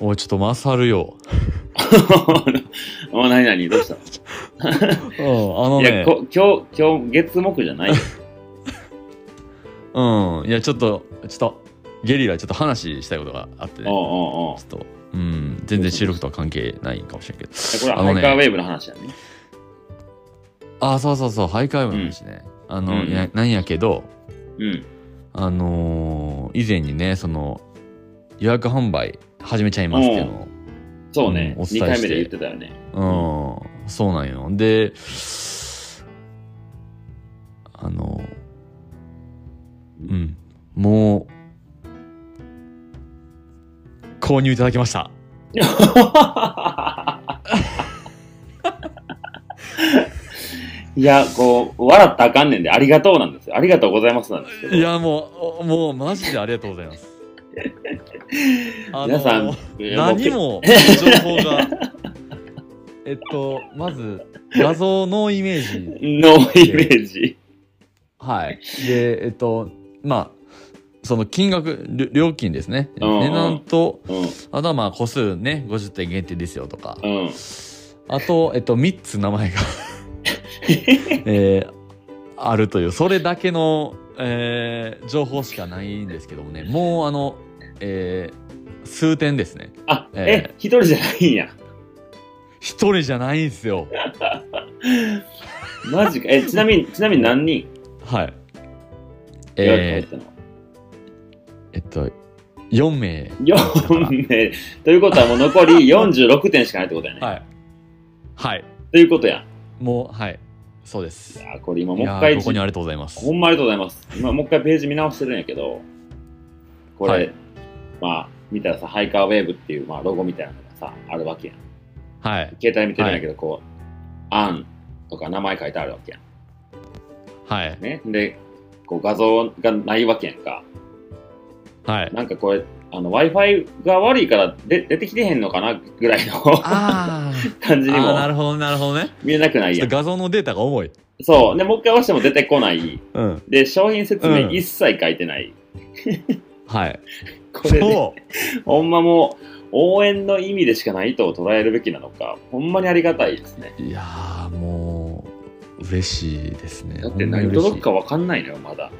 おい、ちょっと勝るよ。 お、なになにどうしたうん、あのいやね、こ、今日、今日、月木じゃないよ。うん、いや、ちょっと、ちょっと、ゲリラ、ちょっと話したいことがあってね。ちょおうおうおうっと、うん、全然収録とは関係ないかもしれんけど。これはあハのイねカーウェーブの話やね。あ、そうそうそう、徘徊部の話ね。あの、うんいやなんやけど、うん。あのー以前にね、その、予約販売始めちゃいますっていうのをそうね。うんお二伝えして2回目で言ってたよね。うん、そうなんよ。で、あの、うん、もう、購入いただきました。いや、こう、笑ったらあかんねんで、ありがとうなんですよ。ありがとうございますなんですけど。いや、もう、もう、マジでありがとうございます。あの皆さん、何もも情報が、えっと、まず、画像のイメーうジ。ノーイメージ。はい。で、えっと、まあ、その金額、りょ料金ですね。うんうん値段と、うあとはまあ個数ね、50点限定ですよとか。ん。うん。あと、えっと、3つ名 前が、えーあるという、それだけの、えー情報しかないんですけどもね、もうあの、えー数点ですね。あ、ええ、一人じゃないんや。一人じゃないんですよ。マジか。え、ちなみに、 ちなみに何人はい。ええーえっと、4名。 4名。ということはもう残り46点しかないってことやね。はい。はい。ということや。もう、はい。そうです。あ、これ今もいうや一ー回ここにありがとうございます。ほんまありがとうございます。今もう一回ページ見直してるんやけど、これ、はいまあ、見たらさ、ハイカーウェーブっていう、まあ、ロゴみたいなのがさ、あるわけやん。はい。携帯見てるんやけど、こう、アンとか名前書いてあるわけやん。はい。ね。で、こう画像がないわけやんか。 はい。なんかこれ、あの、Wi-Fi が悪いからで出てきてへんのかなぐらいのあー。 感じにあーなもるほどなるほどね見えなくないちやょっんと。画像のデータが重いそう。で、もう一回押しても出てこない。うんで、商品説う明ん一切書いてない。はいこれね、そうほんまもう、応援の意味でしかないと捉えるべきなのか、ほんまにありがたいですね。いやーもう嬉しいですねだってほんまに何嬉しい届くかわかんないのよ、まだ。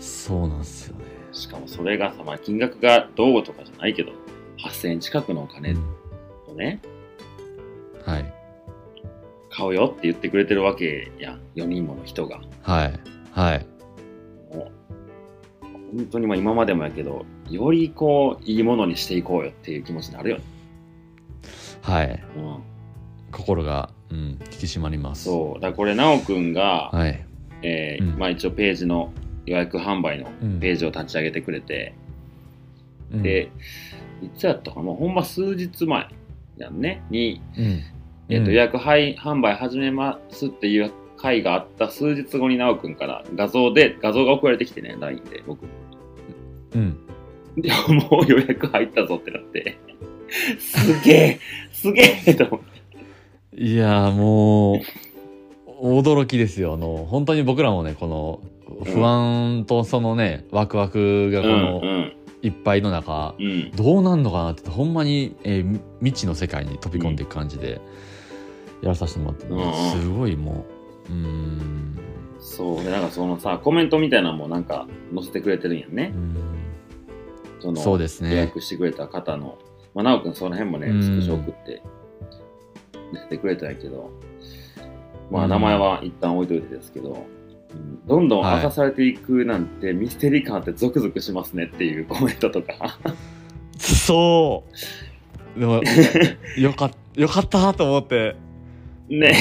そうなんですよねしかもそれがさ、まあ、金額がどうとかじゃないけど、8000円近くのお金をね、はい買うよって言ってくれてるわけやん、4人もの人が。はいはいもう本当にまあ今までもやけど、よりこう、いいものにしていこうよっていう気持ちになるよね。はいうん、心が、うん、引き締まりますそう。だからこれ、なおくんが、はいえーうんまあ一応ページの予約販売のうんページを立ち上げてくれて、うんで、いつやったかな、ほんま数日前やんね、に、うんえーとうん予約配販売始めますっていう回があった数日後になおくんから画像で、画像が送られてきてね、LINE で、僕。うんいやもう予約入ったぞってなって、すげえ、すげえと思って。いやーもう驚きですよあの本当に僕らもねこの不安とそのね、ワクワクがうこん、のうん、いっぱいの中、うん。どうなんのかなってほんまに、えー未知の世界に飛び込んでいく感じでやらさせてもらって、うんうんすごいもううーんそう、でなんかそのさ、コメントみたいなのもなんか載せてくれてるんやんうね。んそのそうです予ね約してくれた方の、まあ、なおくんその辺もねうん、スクショ送って、出てくれたんやけど、まうあ、ん名前は一旦置いといてですけど、うんどんどんはい明かされていくなんて、ミステリー感あってゾクゾクしますねっていうコメントと か、そうで もよかよかったと思ってね。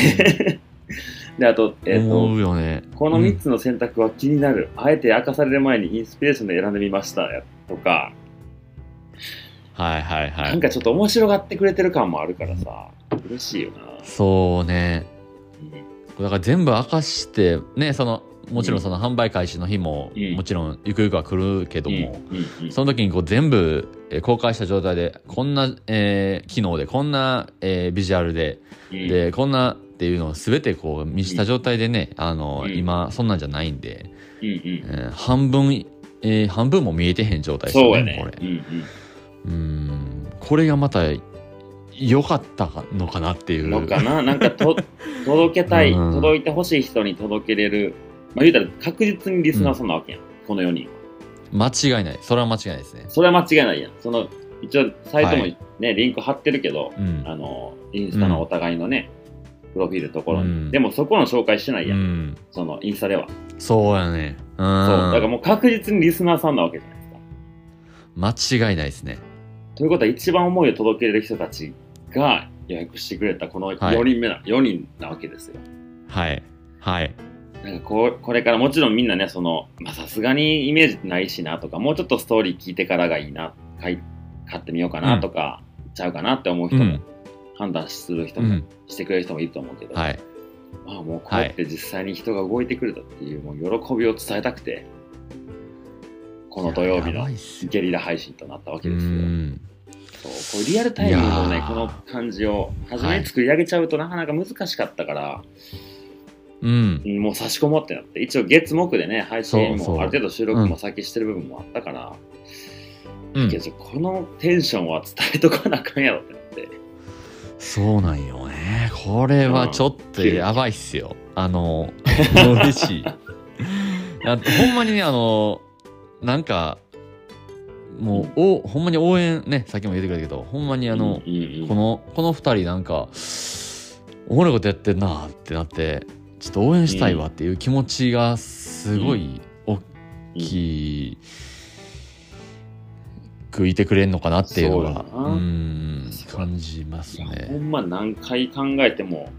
で、あと、えっ、思と、うよね、このうん3つの選択は気になる。あえて明かされる前にインスピレーションで選んでみましたやとか、はいはいはなんいかちょっと面白がってくれてる感もあるからさ、嬉しいよな。そうねうんだから全部明かしてねそのもちろんその販売開始の日も、うんもちろんゆくゆくは来るけども、うんうんうんその時にこう全部えー公開した状態でこんな、えー機能でこんな、えービジュアルで,、うんでこんなっていうのを全てこう見した状態でね、あのうん今そんなんじゃないんで、うんうんえー半分、えー半分も見えてへん状態ですそうよやねね。こうんれうーんここれがまた良かったかのかなっていうのかな なんかと届けたい、うん届いてほしい人に届けれる、まあ、言うたら確実にリスナーさんなわけやん、この4人は間違いないそれは間違いないですねそれは間違いないやんその一応サイトもはいね、リンク貼ってるけどうんあのインスタのお互いのね、プロフィールのところに、うんでもそこの紹介してないうやん、んそのインスタでは、そうやねうんそうだからもう確実にリスナーさんなわけじゃないですか間違いないですねということは一番思いを届けれる人たちが予約してくれたこのはい4人目な、4人なわけですよはいはいなんかこうこれからもちろんみんなねそのまあさすがにイメージないしなとかもうちょっとストーリー聞いてからがいいな買い買ってみようかなとか、ちゃうかなって思うう人も、ん判断する人うも、んしてくれる人もいると思うけど、はいまあもうこうやって実際に人が動いてくれたっていうもう喜びを伝えたくてこの土曜日やのばいっすよゲリラ配信となったわうけですよ。んそうこうリアルタイムのいねやーこの感じを初めに作り上げちゃうとなかなか難しかったかうら、んうんもう差し込もうってなって一応月目でね配信そうそうもある程度収録も先してる部分もあったから、うんけどこのテンションは伝えとかなあかんやろってなってそうなんよねこれはちょっとやばいっすよあの嬉しい いやほんまにねあのなんかもうおほんまに応援ねさっきも言ってくれたけどほんまにあの、うんうんうんこのこの2人なんかおもろいことやってんなってなってちょっと応援したいわっていう気持ちがすごい大きくいてくれんのかなっていうのがそうだなうん感じますいやほね。んま何回考えても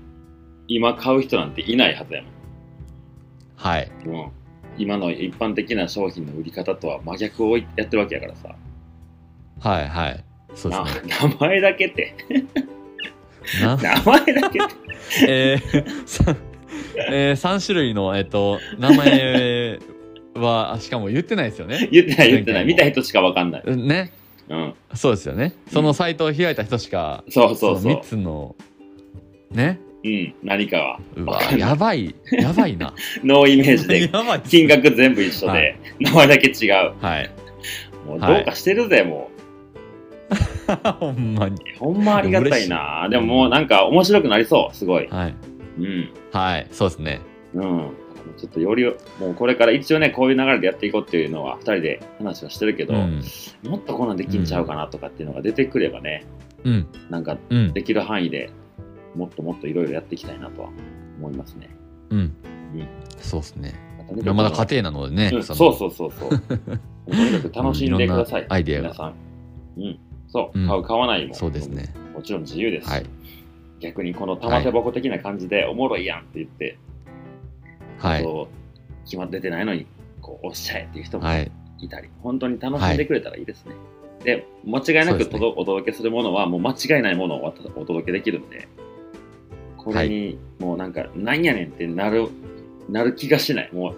今買う人なんていないはずやはい、もん、うん今の一般的な商品の売り方とは真逆をやってるわけやからさ、はいはいそうですなね。名前だけってな名前だけって えーさえ3種類の、えっと名前はしかも言ってないですよね。言っ てない言ってな前い見回た人しかわかんない、ねうん、そうですよね。そのサイトを開いた人しかそうそうそう3つのねうん何かはうわわかんないやばいやばいなノーイメージで やばいっす金額全部一緒で、はい名前だけ違う。はいもうはいどうかしてるぜ、も ほんまにう。ほんまありがたいな。でももうなんか面白くなりそう、すごい。はいうん。はいそうですねうん。ちょっとより、もうこれから一応ね、こういう流れでやっていこうっていうのは、二人で話はしてるけど、うんもっとこんなんできんちゃうかなとかっていうのが出てくればね、うんなんかうんできる範囲でもっともっといろいろやっていきたいなとは思いますね。うんそうですねとにかくまだ家庭なのでねうんのそうそうそ うそう。とにかく楽しんでください。うんいろんなアイデアが皆さん。うん。そう、うん買う、買わないも。そうですねもちろん自由です。はい逆にこの玉手箱的な感じで、おもろいやんって言って、はいこう決まっててないのに、こう、おっしゃえっていう人もはいいたり、本当に楽しんでくれたらいいですね。で、間違いなそうでくすね届、お届けするものは、もう間違いないものをおお届けできるんで、これに、もうなんか、なんやねんってなる、なる気がしない。も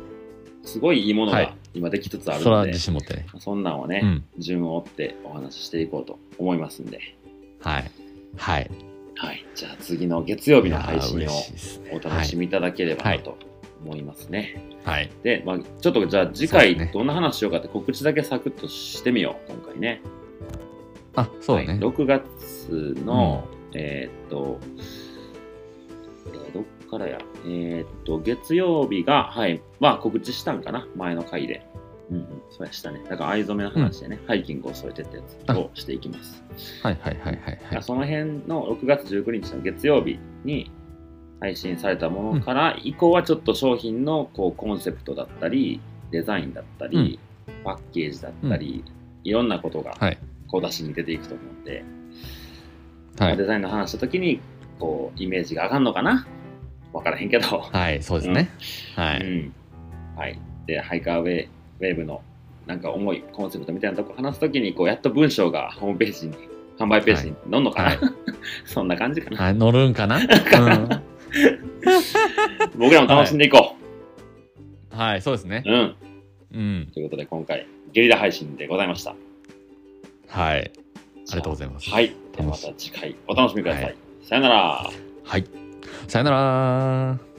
う、すごいいいものはいが今できつつあるそれのはで、自信持ってねそんなんはね、うん順を追ってお話ししていこうと思いますんで、はいはいはい、じゃあ次の月曜日の配い信やーを嬉しいですねお楽しみいただければなと思いますね。はいで、まあ、ちょっとじゃあ次そうです回ねどんな話しようかって告知だけサクッとしてみよう、今回ね。あそうだはいね6月の、えーっと、えーどっからや、えーっと、月曜日が、はい、まあ告知したんかな、前の回で。うんうん、そうやしたね。だから藍染めの話でね、ハイキングを添えてってやつをしていきます。はいはいはいはいはいその辺の6月19日の月曜日に配信されたものから、以降はちょっと商品のこうコンセプトだったりデザインだったり、パッケージだったり、いろんなことがはい小出しに出ていくと思うんで、まはあデいザインの話した時にこうイメージが上がるのかな分からへんけど、はいそうですねはういんはい、でハイカーウェイウェーブのなんか重いコンセプトみたいなとこ話す時にこうやっと文章がホームページに販売ページに載んのかな、はい そんな感じかなはい乗るんか なう僕らも楽しんでいこんはいそうですねう。うん。うんということで、今回、ゲリラ配信でございました。あはいありがとうございますはい。ではまた次回、お楽しみください。はいさよなら。はいさよなら